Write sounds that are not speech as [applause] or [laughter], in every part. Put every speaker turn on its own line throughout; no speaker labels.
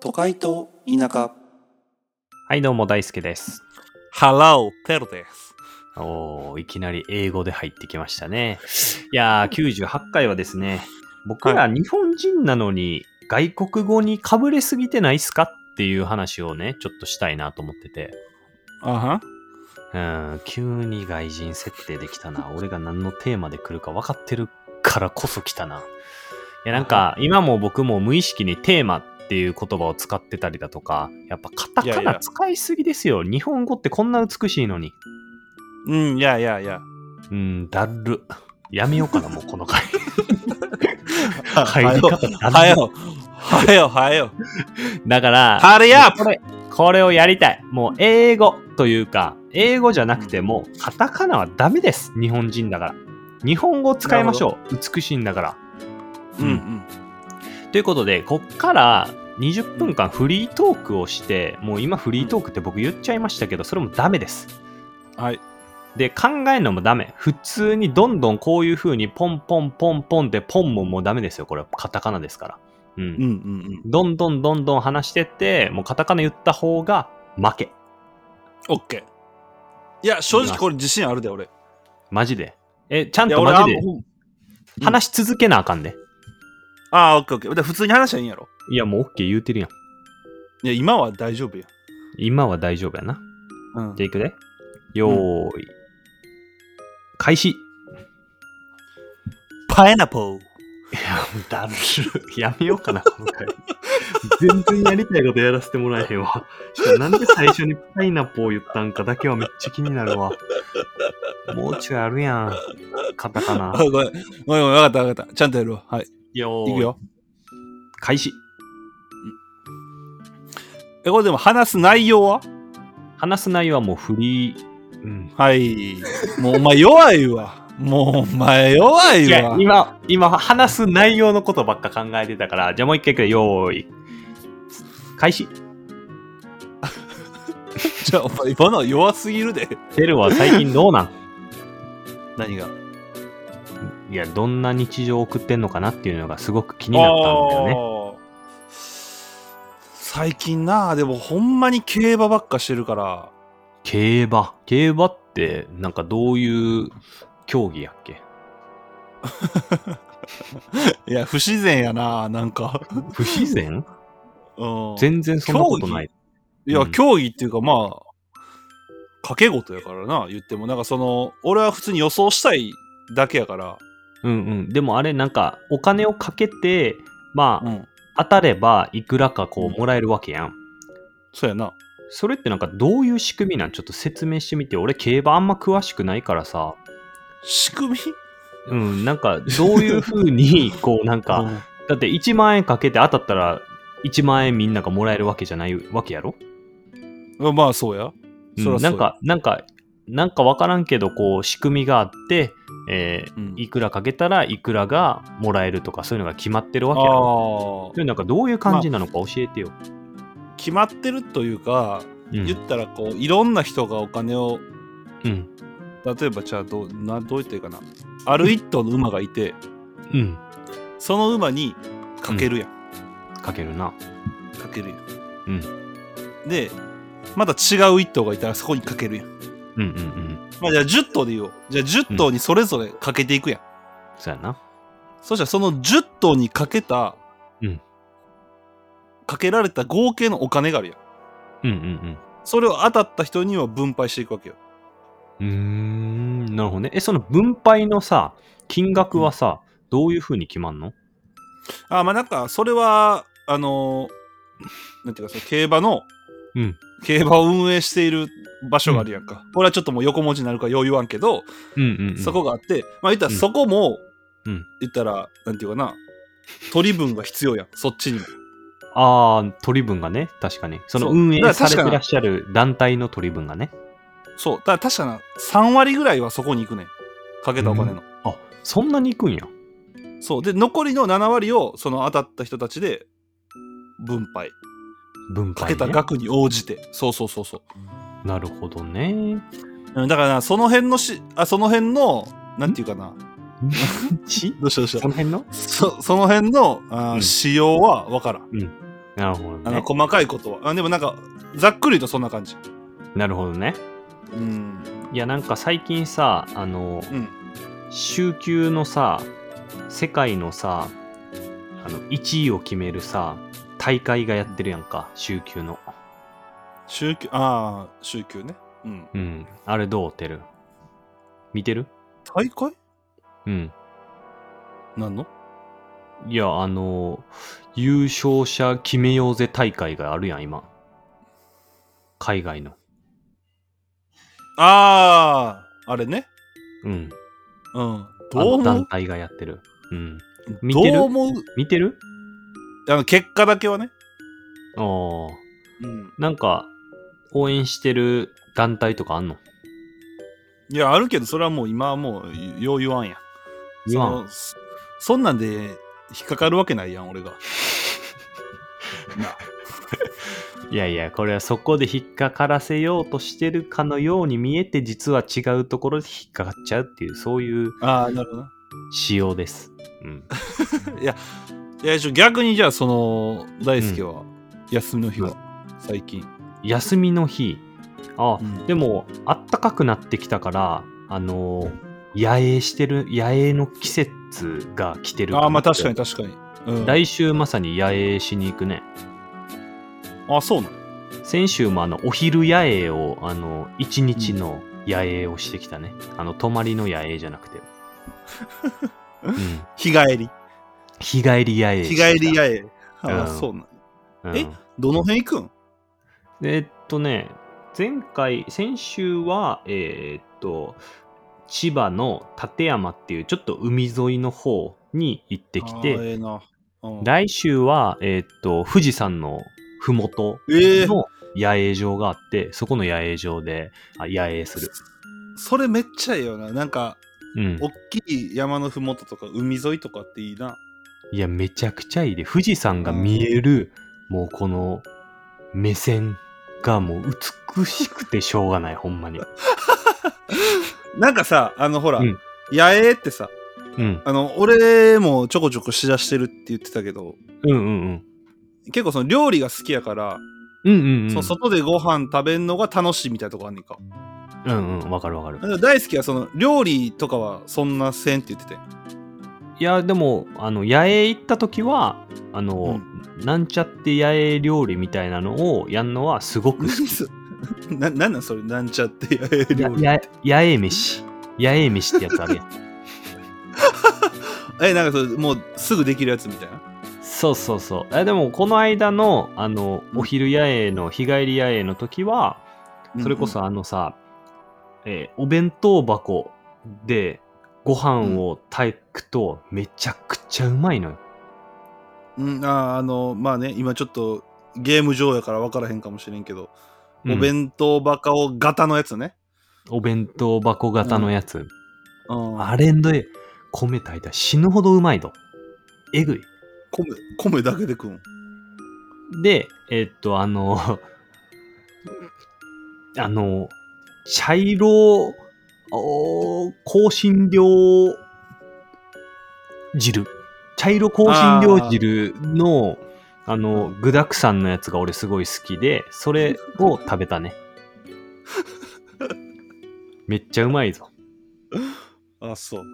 都会と田舎
はい、どうも、大輔です。
ハラオテルです。
おー、いきなり英語で入ってきました [laughs] ね。いやー、98回はですね、僕ら日本人なのに外国語にかぶれすぎてないっすかっていう話をね、ちょっとしたいなと思ってて。
あは。
うん、急に外人設定できたな。俺が何のテーマで来るか分かってるからこそ来たな。いや、なんか、今も僕も無意識にテーマっていう言葉を使ってたりだとか、やっぱカタ
いや
カ
い
ナ
や
使いすぎですよ。日本語ってこんな美しいのに。
うん、いやいやいや。
うん、だる。やめようかな、もうこの回。
は
入り
よ、
方だ
は
る。
よ、はよ、はよ。
だから、
Hurry up!
これ、これをやりたい。もう英語というか、英語じゃなくても、カタカナはダメです。日本人だから。日本語を使いましょう。美しいんだから。
うんうん。
ということで、こっから20分間フリートークをして、もう今フリートークって僕言っちゃいましたけど、それもダメです。
はい。
で、考えるのもダメ。普通にどんどんこういう風にポンポンポンポンってポンももうダメですよ。これカタカナですから。う
うん
ん。
うん
どんどんどんどん話してって、もうカタカナ言った方が負け。
うん。OK。いや、正直これ自信あるで、俺。
マジで。え、ちゃん
いや、
と
俺、
マ
あ
ジ
ん
で
ほんうん
話し続けなあかんで。
あ、オッケーオッケー。で普通に話したらいいんやろ。
いや、もう OK 言うてるやん。
いや、今は大丈夫や。
今は大丈夫やな。
うん
じゃあ行くで。よーい。開始。
パイナポー。
だる。やめようかな、今回。全然やりたいことやらせてもらえへんわ。しかもなんで最初にパイナポー言ったんかだけはめっちゃ気になるわ。もうちょいあるやん。カタカナ
あ。ごめん。ごめん、ごめん、わかったわかった。ちゃんとやるわ。はい。
よ
いく。よ。
開始。
え、これでも話す内容は
話す内容はもうフリー。うん。
はい。もうお前弱いわ。もうお前弱
い
い
や
わ、。
今、今話す内容のことばっか考えてたから、じゃあもう一回いくよ。よーい。開始。
じゃあ、お前今のは弱すぎるで。
テルは最近どうなん [laughs]
何が
いや、どんな日常を送ってんのかなっていうのがすごく気になったんだよね。
あー最近なでもほんまに競馬ばっかしてるから
競馬競馬ってなんかどういう競技やっけ
いや不自然やななんか、
不自然
[laughs] うん、
全然そんなことない。
いや、
うん
競技っていうかまあ掛け事やからな言ってもなんかその俺は普通に予想したいだけやから、
うんうん。でもあれなんかお金をかけて、まあ、
うん、
当たればいくらかこうもらえるわけやん。
そうやな
それってなんかどういう仕組みなんちょっと説明してみて。俺競馬あんま詳しくないからさ。
仕組み
うん、なんかどういう風
[laughs]
にこうなんか、
うん
だって1万円かけて当たったら1万円みんながもらえるわけじゃないわけやろ
うんまあそうや
うん
そらそう
な
や
んか、なんか、なんかわからんけど、こう、仕組みがあって、えー
うん
いくらかけたらいくらがもらえるとか、そういうのが決まってる
あ
わけやろ。
ー
でなんかどういう感じなのか教えてよ。
決まってるというか、
うん
言ったらこういろんな人がお金を
うん。
例えばじゃあどうなどう言っていいかなある一頭の馬がいて
うん。
その馬にかけるやん、
かけるな。
かけるやん、
うん
でまた違う一頭がいたらそこにかけるやん、
うんうんうん。
まあ、じゃあ10頭で言おうじゃあ10頭にそれぞれかけていくやん、
そうやな。
そしたらその10頭にかけた、
うん
かけられた合計のお金があるやん
うんうん
それを当たった人には分配していくわけよ
うん。うーん、なるほどね。え、その分配のさ、金額はさ、どういうふうに決まんの
あまあなんかそれはあのーなんていうかその競馬の、
うん
競馬を運営している場所があるやんか、これはちょっともう横文字になるからよう言わんけど、
うんうん、うん。
そこがあってまあ言ったら
うん
そこも、
うん
言ったらなんていうかな取り分が必要やんそっちにも
ああ、取り分がね、確かに。その
そう
運営
だか
さ
ら
れ
確か
て
に
らっしゃる団体の取り分がね。
そうだから確かな3割ぐらいはそこに行くねんかけたお金の、
そんなにいくんや。
そうで残りの7割をその当たった人たちで分配
分
か
配、
け
ね。
た額に応じて、そうそうそうそう
なるほど
[laughs]
ね。
うんだからなその辺のしあその辺のなんていうかな
ち
どうしたどうし
そ
た
の辺の
そその辺のあー、
うん
仕様は分からん、
うんなるほど
あの
ね。
細かいことはあでもなんかざっくりとそんな感じ
なるほどね。
うん
いや、なんか最近さ、あの、
うん
週休のさ、世界のさ、あの、1位を決めるさ、大会がやってるやんか、週休の。
週休ああ週休ねうん
うん。あれどうてる見てる
大会
うん。
なんの
いや、あの、優勝者決めようぜ大会があるやん、今。海外の。
あああれね
うん。
うん
あ
どう
の
思
団
う
体がやってる。うん。見
ど
てる
う思う
見てる
あの結果だけはね
ああ。
うん
なんか、応援してる団体とかあんの
いやあるけどそれはもう今はもうよう言わんや
言わん
そのそそんなんで引っかかるわけないやん俺がない
やいや、これはそこで引っかからせようとしてるかのように見えて、実は違うところで引っかかっちゃうっていう、そういう
ああなるほどな
仕様です。 [laughs] うん。
いやちょ逆にじゃあその大輔は、休みの日は、最近
休みの日。あ、
うん
でも、あったかくなってきたから、あのー野営してる、野営の季節が来てる
ああまあ
なっ
確
て
かに確かに、うん、
来週まさに野営しに行くね。
あそうなの
先週もあのお昼野営をあの一日の野営をしてきたね、あの泊まりの野営じゃなくて、うん、
日帰り
日帰り野営
日帰り
営、
やえああ
うん
そうなの
うん
えどの辺行くん
えっとね前回先週はえーっと千葉の館山っていうちょっと海沿いの方に行ってき
あー
て
ええな、うん
来週はえーっと富士山のふもと
ええ
の野営場があって、そこの野営場であ野営する
それめっちゃええよななんか
うん
大きい山のふもととか海沿いとかっていいない
や、めちゃくちゃいいで、富士山が見える、もうこの目線がもう美しくてしょうがない、ほんまに。
なんかさあのほら、
うん
やえってさ
うん。
あの俺もちょこちょこしだしてるって言ってたけど
うんうんうん。
結構その料理が好きやから、
うんうんうん。
その外でご飯食べんのが楽しいみたいなとこあんねんか
うんうん。わかるわかる
だ。から大好きはその料理とかはそんなせんって言ってて
いや、でも、あの、野営行った時は、あの、なんちゃって野営料理みたいなのをやるのはすごく好
何
き。
そな [laughs] なんなんそれなんちゃってやえ
や
料理
や野営飯。野営飯ってやつあるやん。
[laughs] えなんかそれもうすぐできるやつみたいな
そうそうそう。えでも、この間の、あの、お昼野営の、日帰り野営の時は、それこそあのさ、えーお弁当箱でご飯を炊くとめちゃくちゃうまいのよ。
うん、うんあーあのまあね今ちょっとゲーム上やから分からへんかもしれんけど、
うん
お弁当バカを型のやつね、
お弁当箱型のやつ。
うん、
あれんで米炊いたら死ぬほどうまいと。えぐい。
米米だけで食うん
で、えっと、あの、 [laughs] あの、茶色、お香辛料汁。茶色香辛料汁の、あの、具沢山のやつが俺すごい好きで、それを食べ
[laughs]
たね。めっちゃうまいぞ。
あそう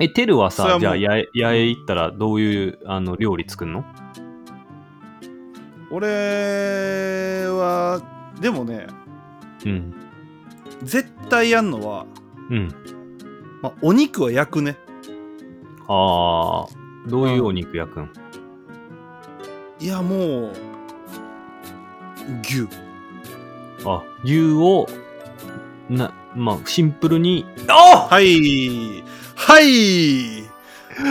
え、テルは
それ
さ
は、も
じゃ
う
あ、八重八重行ったらどういう、あの、料理作んの
俺はでもね
うん。
絶対やんのは、
うん。
まあ、お肉は焼くね
あー、どういうお肉焼くん
いやもう牛
あ、牛を、な、まあ、シンプルに、あ
はいはい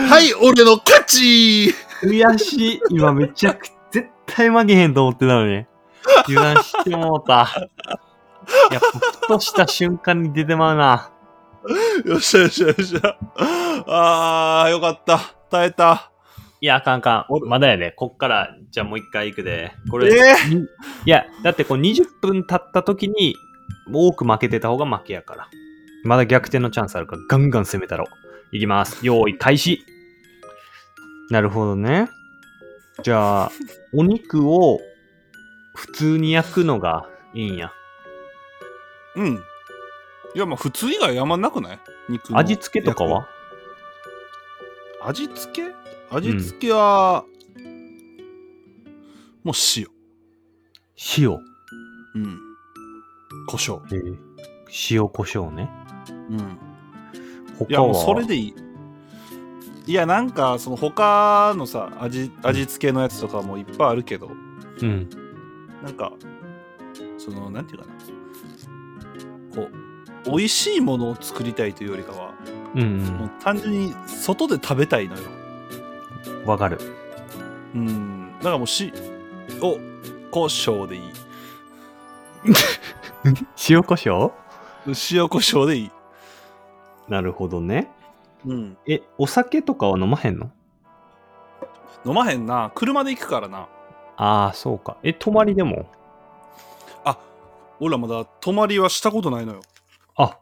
はい俺の勝ち
悔しい今めちゃく、絶対負けへんと思ってたのに。油断してもうた。やっぱ、ふとした瞬間に出てまうな。
よっしゃよっしゃよっしゃあーよかった耐えた
いや、あかんあかん。
俺
まだやで。こっから、じゃあもう一回行くで。こ
え
れ、
え
に [laughs] いや、だってこう20分経った時に、多く負けてた方が負けやから。まだ逆転のチャンスあるから、ガンガン攻めたろう。いきます。用意開始。なるほどね。じゃあ、お肉を普通に焼くのがいいんや。
うん。いや、まあ、普通以外やまんなくない肉の
味付けとかは
味付け味付けは、もう塩。
塩。
うん。胡椒。
塩胡椒ね。
うん。い
他
や、
は
もうそれでいい。いや、なんか、その他のさ、味、味付けのやつとかもいっぱいあるけど、
うん。
なんか、その、なんていうかな。こう、美味しいものを作りたいというよりかは、
うん、う。
もうん単純に外で食べたいのよ。
わかる。
うん。だからもう、し、お、胡椒でいい。
塩胡椒
塩胡椒でいい。
なるほどね。
うん。
え、お酒とかは飲まへんの
飲まへんな。車で行くからな。
ああ、そうか。え、泊まりでも
あ、俺らまだ泊まりはしたことないのよ。
あ、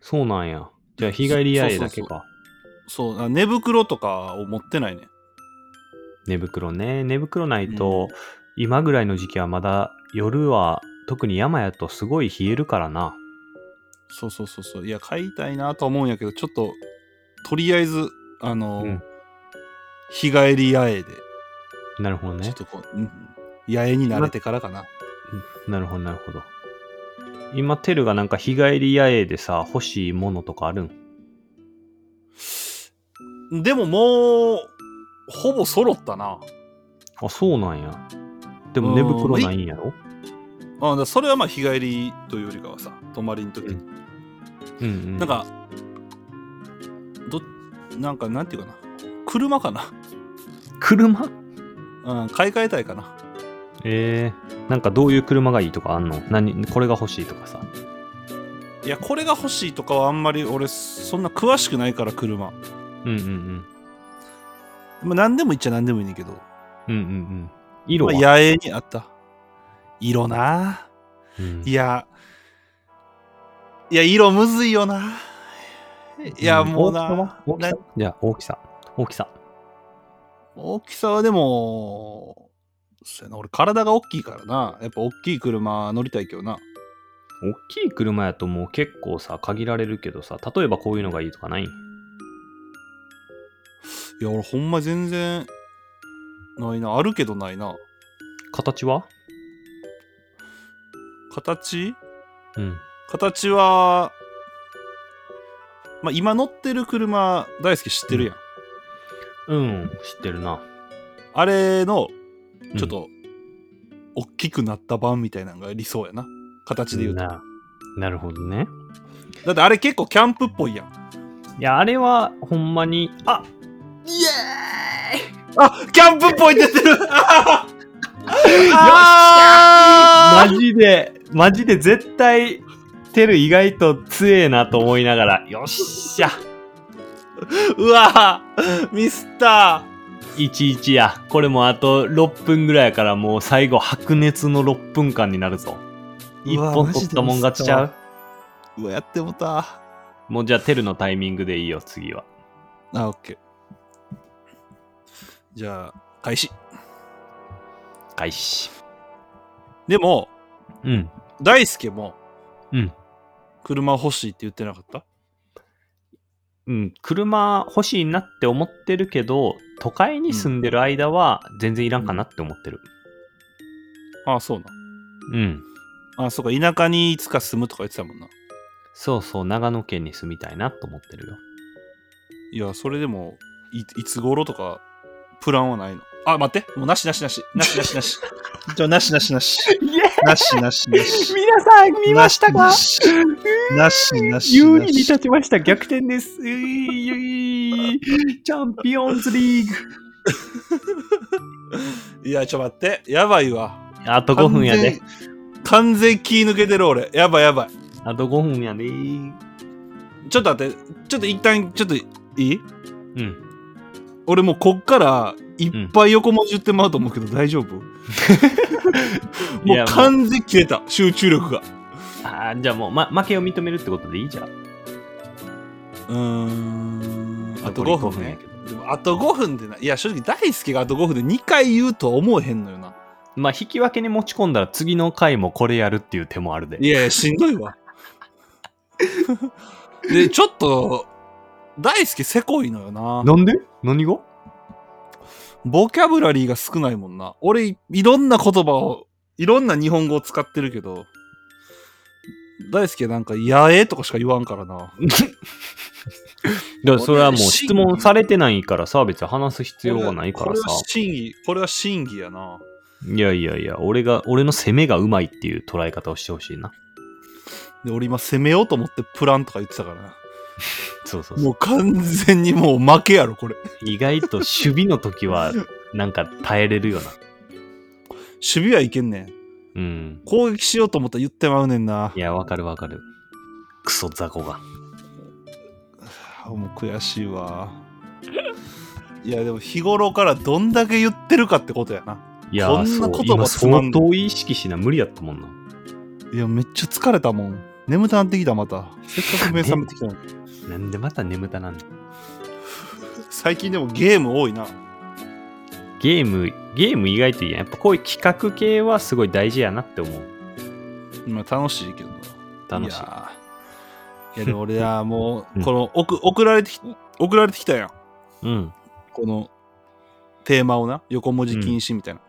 そうなんや。じゃあ、日帰りやりだけ
そうそう
か。
そう、あ寝袋とかを持ってないね。
寝袋ね。寝袋ないと、今ぐらいの時期はまだ夜は、特に山やとすごい冷えるからな。
そうそうそうそう。いや、買いたいなとは思うんやけど、ちょっと、とりあえず、あの、
うん
日帰り八重で、
なるほど
ちょ
ね
っ。とこう、うん八重に慣れてからかな。
なるほど、なるほど。今、テルがなんか日帰り野営でさ、欲しいものとかあるん
でももう、ほぼ揃ったな。
あ、そうなんや。でも寝袋ないんやろ
あだからそれはまあ日帰りというよりかはさ、泊まりの時に。
うんうん。
なん、か、ど、なんかなんていうかな。車かな。
車
うん、買い替えたいかな。
えー、なんかどういう車がいいとかあんの何、これが欲しいとかさ。
いや、これが欲しいとかはあんまり俺、そんな詳しくないから、車。
うんうんうん。
まあ、何でもいいっちゃ何でもいいねんけど、
うんうんうん。色
まあ、
は、
野営にあった。色な
うん
ぁいや、いや、色むずいよなぁいや、
ん
もう
大きさは大
な
きさ
な
じゃあ、大きさ。大きさ。
大きさはでも、そうやな、俺体が大きいからな。やっぱ大きい車乗りたいけど
大
な。
きい車やともう結構さ、限られるけどさ、例えばこういうのがいいとかないん
いや、俺ほんま全然、ないな。あるけどないな。
形は
形
うん。
形は、まあ、今乗ってる車大好き知ってるやん。
うん、知ってるな。
あれの
うん
ちょっと、大きくなった版みたいなのが理想やな。形で言うと。だ
ななるほどね。
ってあれ結構キャンプっぽいやん。
いや、あれはほんまに、あ
イエーイあキャンプっぽい出てるあーあ
マジで、マジで絶対、テル意外と強えなと思いながら、よっしゃ
ーうわーミスったー
!11 や。これもあと6分ぐらいやからもう最後白熱の6分間になるぞ。一
うわ
本取ったもん勝ちちゃ
マジ
う
でうわ、やってもうたー。
もうじゃあテルのタイミングでいいよ、次は。
あ、オッケー。じゃあ、開始。
開始。
でも、
うん。
大輔も、
うん。
車欲しいって言ってなかった
うん、車欲しいなって思ってるけど、都会に住んでる間は全然いらんかなって思ってる。
ああ、そうな。
うん。
ああ、そうか、田舎にいつか住むとか言ってたもんな。
そうそう、長野県に住みたいなと思ってるよ。
いや、それでも、いいつ頃とか、プランはないの。あ、待って。もうなしなしなし。なしなしな [laughs] し。ちょ、なしなしなし。
イエ
なしなしなし。
皆さん見ましたか
なしなしなしなし。
有利に立ちました。逆転です。ういゆいチャンピオンズリーグ。
いや、ちょ、待って。やばいわ。
あと5分やで。
完全。完全気抜けてる俺。やばいやばい。
あと5分やで。う
ちょっと待って。ちょっと一旦、ちょっといい
ん。
俺もうこっから、いっぱい横文字言ってまうと思うけど大丈夫
い
も
や
う完全切れた。集中力が。
あーじゃあもう、ま、負けを認めるってことでいいじゃん。
うーん。あと
残り
5
5
分
分
ね
やけど。
でもあと5分でな、いや正直大輔があと5分で2回言うとは思えへんのよな。
まあ、引き分けに持ち込んだら次の回もこれやるっていう手もあるで。
いやいや、しんどい
[laughs]
わ。で、ちょっと、大輔せこいのよな。
なんで何が
ボキャブラリーが少ないもんな。俺、いいろんな言葉を、いろんな日本語を使ってるけど、大輔なんか、やえとかしか言わんからな。
だからそれはもう質問されてないからさ、別に話す必要がないからさ
これ。は真偽、これは真偽やな。
いやいやいや、俺が、俺の攻めがうまいっていう捉え方をしてほしいな。
で、俺今攻めようと思ってプランとか言ってたからな。
そうそうそう。
もう完全にもう負けやろ、これ。
意外と守備の時
[laughs]
は、なんか耐えれるよな。
守備はいけんねん。
うん。
攻撃しようと思ったら言ってまうねんな。
いや、わかるわかる。クソ雑魚が。
あもう悔しいわ。いや、でも日頃からどんだけ言ってるかってことやな。
いや、
こんな
そう
言葉
今
つまん
相当意識しな、無理やったもんな。
いや、めっちゃ疲れたもん。眠たなってきた、また。せっかく目覚めてきたのに。
なんでまた眠たなんだ
[laughs] 最近でもゲーム多いな。
ゲーム、ゲーム意外といいやん。やっぱこういう企画系はすごい大事やなって思う。
今楽しいけどな。
楽しい。
やーいや、でも俺はも
う
う、
ん
この、送送られてき、送られてきたやん。
うん。
この、テーマをな、横文字禁止みたいな。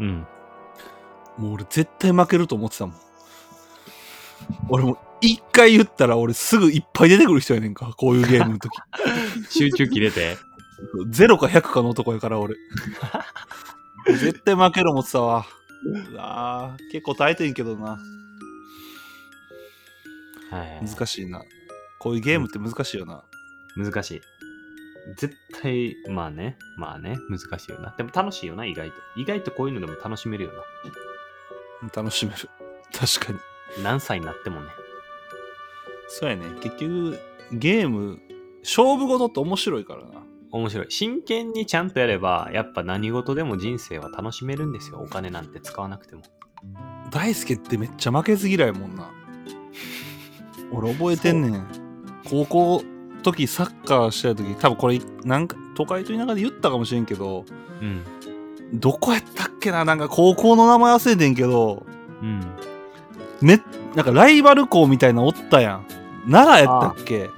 うん。
もう俺絶対負けると思ってたもん。俺もう一回言ったら俺すぐいっぱい出てくる人やねんか、こういうゲームの時。
集中切れ [laughs] て。
ゼロか100かの男やから [laughs] 俺。絶対負ける思ってたわ。うわー結構耐えてんけどな。
はい。
難しいな。こういうゲームって難しいよな。
難しい。絶対、まあね、まあね、難しいよな。でも楽しいよな、意外と。意外とこういうのでも楽しめるよな。
楽しめる。確かに。
何歳になってもね。
そうやね。結局、ゲーム、勝負事って面白いからな。
面白い。真剣にちゃんとやれば、やっぱ何事でも人生は楽しめるんですよ。お金なんて使わなくても。
大輔ってめっちゃ負けず嫌いやもん [laughs] な。俺覚えてんねん。高校時サッカーしてた時、多分これ、なんか、都会と田舎で言ったかもしれんけど、
うん。
どこやったっけななんか高校の名前忘れてんけど、
うん。
めなんかライバル校みたいなのおったやん。奈良やったっけ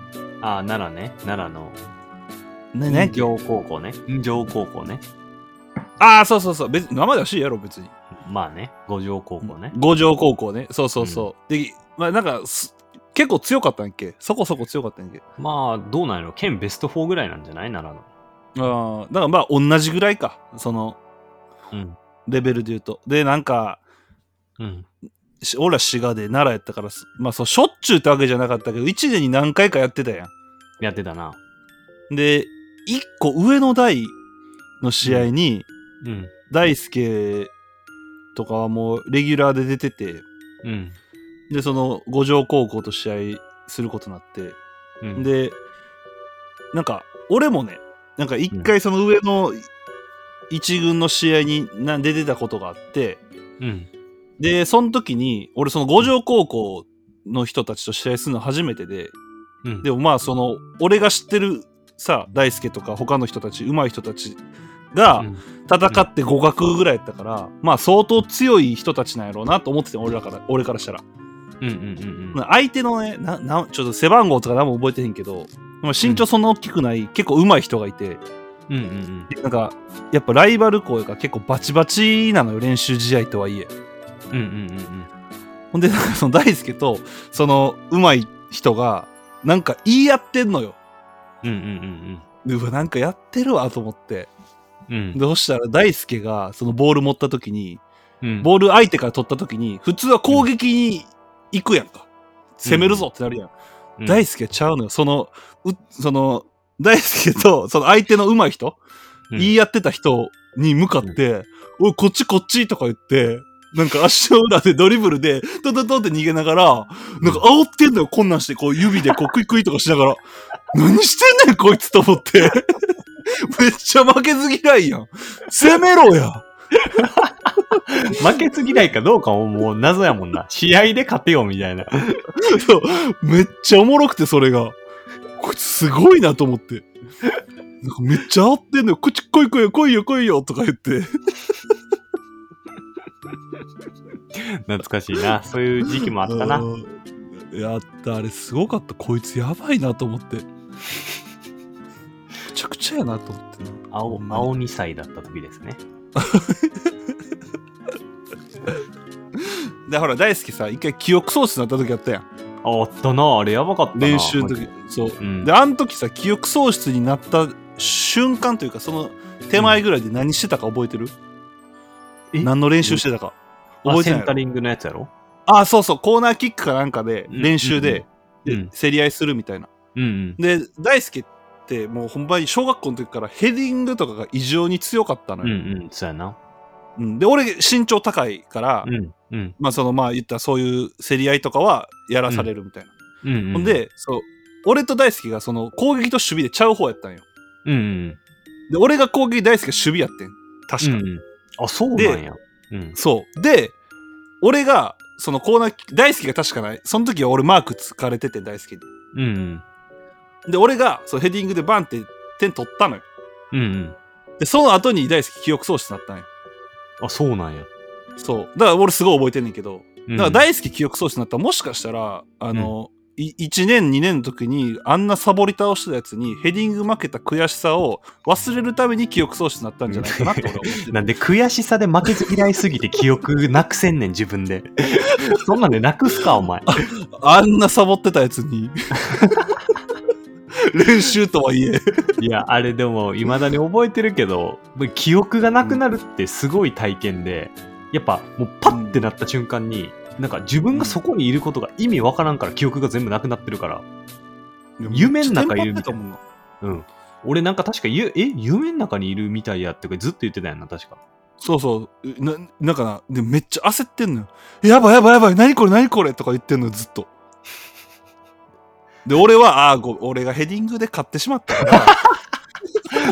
ああ、奈良ね。奈良の。
ねね
上高校ね。上高校ね。
ああ、そうそうそう。別に名前らしいやろ、別に。
まあね。五条高校ね。
五条高校ね。そうそうそう。で、まあなんかす、結構強かったんやっけそこそこ強かったんやっけ
まあ、どうなんやろ。県ベスト4ぐらいなんじゃない奈良の。
ああ、だからまあ同じぐらいか。その、
うん。
レベルで言うと。で、なんか、
うん。
し俺ら滋賀で奈良やったからす、まあそう、しょっちゅうってわけじゃなかったけど、1年に何回かやってたや
やってたな。
ん。で、1個上の台の試合に、
うん。
大輔とかはもうレギュラーで出てて、
うん。
で、その五条高校と試合することになって、
うん、
で、なんか、俺もね、なんか一回その上の一軍の試合にな出てたことがあって、
うん。
で、その時に、俺その五条高校の人たちと試合するの初めてで、
うん。
でもまあその、俺が知ってるさ、大輔とか他の人たち、上手い人たちが、
うん
戦って互角ぐらいやったから、まあ相当強い人たちなんやろうなと思ってて俺らから俺からしたら、
うんうんうんうん。
相手のねななちょっと背番号とか何も覚えてへんけどまあ身長そんな大きくない、結構上手い人がいて
うんうんうん
なんかやっぱライバル校やから結構バチバチなのよ練習試合とはいえ
うんうんうんうん。
ほんでなんかその大輔とその上手い人がなんか言い合ってんのよ
うんうん
でうわなんかやってるわと思って
うんうん。
どうしたら大輔がそのボール持った時に
うん。
ボール相手から取った時に、普通は攻撃に行くやんか。攻めるぞってなるやん。
うん
大輔はちゃうのよ。その、う、その、大輔と、その相手の上手い人、
うん
言い合ってた人に向かって、おい、こっちこっちとか言って、なんか足の裏でドリブルで、トントントンって逃げながら、なんか煽ってんのよ、こんなんして、こう指でこうクイクイとかしながら、何してんねん、こいつと思って。めっちゃ負けず嫌いやん。攻めろや。
負けず嫌いかどうかももう謎やもんな。試合で勝てよみたいな。
そうめっちゃおもろくて、それが。こいつすごいなと思って。なんかめっちゃ煽ってんのよ。こっち来い来いよ、来いよ、来いよ、とか言って。
懐かしいな。そういう時期もあったな。
うん。やった、あれすごかった。こいつやばいなと思って。めちゃくちゃやなと思ってな。
青、青2歳だった時ですね。
で、ほら、大好きさ、一回記憶喪失になった時あったやん。
あ、あったな。あれやばかったな。
練習の時。そう。
うん
で、。あの時さ、記憶喪失になった瞬間というか、その手前ぐらいで何してたか覚えてる、
え
何の練習してたか。覚
あ、
えて
セ
ない
ンタリングのやつやろ
あそうそう、コーナーキックかなんかで、
うん
練習で、
うんう
で
ん
競り合いするみたいな。
うんうん。
で、大輔って、もうほんまに小学校の時からヘディングとかが異常に強かったの
うん
よ。
うん。そうやな。
うんで、俺、身長高いから、
うんうん。
まあ、その、まあ、言ったらそういう競り合いとかはやらされるみたいな。
うんうん。
ほん、で、そう、俺と大輔が、その、攻撃と守備でちゃう方やったんよ。
うんうん。
で、俺が攻撃、大輔が守備やってん。確か。
うんうん。あ、そうなんや。うん。
そう。で、俺が、そのコーナーキック、大輔が確かない。その時は俺マーク疲れてて、大輔に。
うん
で、俺がそうヘディングでバンって点取ったのよ。
うん。うんうん。
で、その後に大好き記憶喪失になったんよ。
あ、そうなんや。
そう。だから俺すごい覚えてんねんけど。
うん
だから大好き記憶喪失になったら、もしかしたら、あの、1年、2年の時にあんなサボり倒してたやつにヘディング負けた悔しさを忘れるために記憶喪失になったんじゃないかなと俺は思って
[laughs]
る。
なんで悔しさで負けず嫌いすぎて記憶なくせんねん、自分で。 [laughs] そんなんでなくすか、お前。
あんなサボってたやつに。 [laughs] 練習とはいえ。
[laughs] いや、あれでも、未だに覚えてるけど、もう記憶がなくなるってすごい体験で、やっぱ、もうパッてなった瞬間に、なんか自分がそこにいることが意味わからんから記憶が全部なくなってるから、夢の中いるみたい
めっちゃテンパってたもんな。
うん。俺なんか確かゆ、え、夢の中にいるみたいやってかずっと言ってたやんな、確 [laughs] か。
そうそう。な、なんかな、でめっちゃ焦ってんのよ。やばいやばいやばい、何これ何これとか言ってんのよ、ずっと。で、俺は、ああ、ご俺がヘディングで勝ってしまったか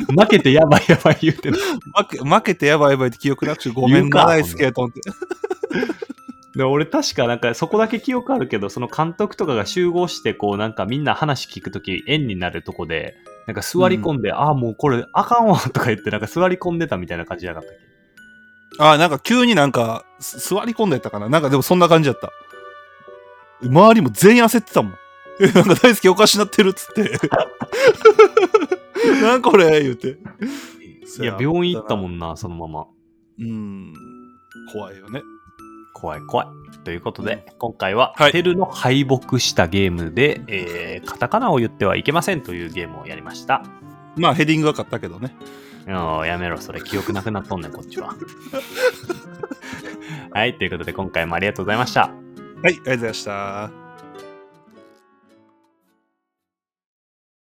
ら、 [laughs]
負けてやばいやばい言うてる。
負け負けてやばいやばいって記憶なくして、ごめん
言う
な、
か
大輔と思って。
で俺確かなんかそこだけ記憶あるけどその監督とかが集合してこうなんかみんな話聞くとき円になるとこでなんか座り込んで、ああもうこれあかんわとか言ってなんか座り込んでたみたいな感じじゃなかったっ
ああ、なんか急になんか、す座り込んでたかな。なんかでもそんな感じだった。周りも全員焦ってたもん。 [laughs] えなんか大輔おかしなってるっつって。 [laughs] なんこれ言うて。
けいや病院行ったもんなそのまま
うん。怖いよね。
怖い怖いということで今回は、
はい
テルの敗北したゲームで、えーカタカナを言ってはいけませんというゲームをやりました
まあヘディングは勝ったけどね。
あーやめろ、それ記憶なくなっとんねん、こっち [laughs] は。はい、ということで今回もありがとうございました。
はい、ありがとうございました。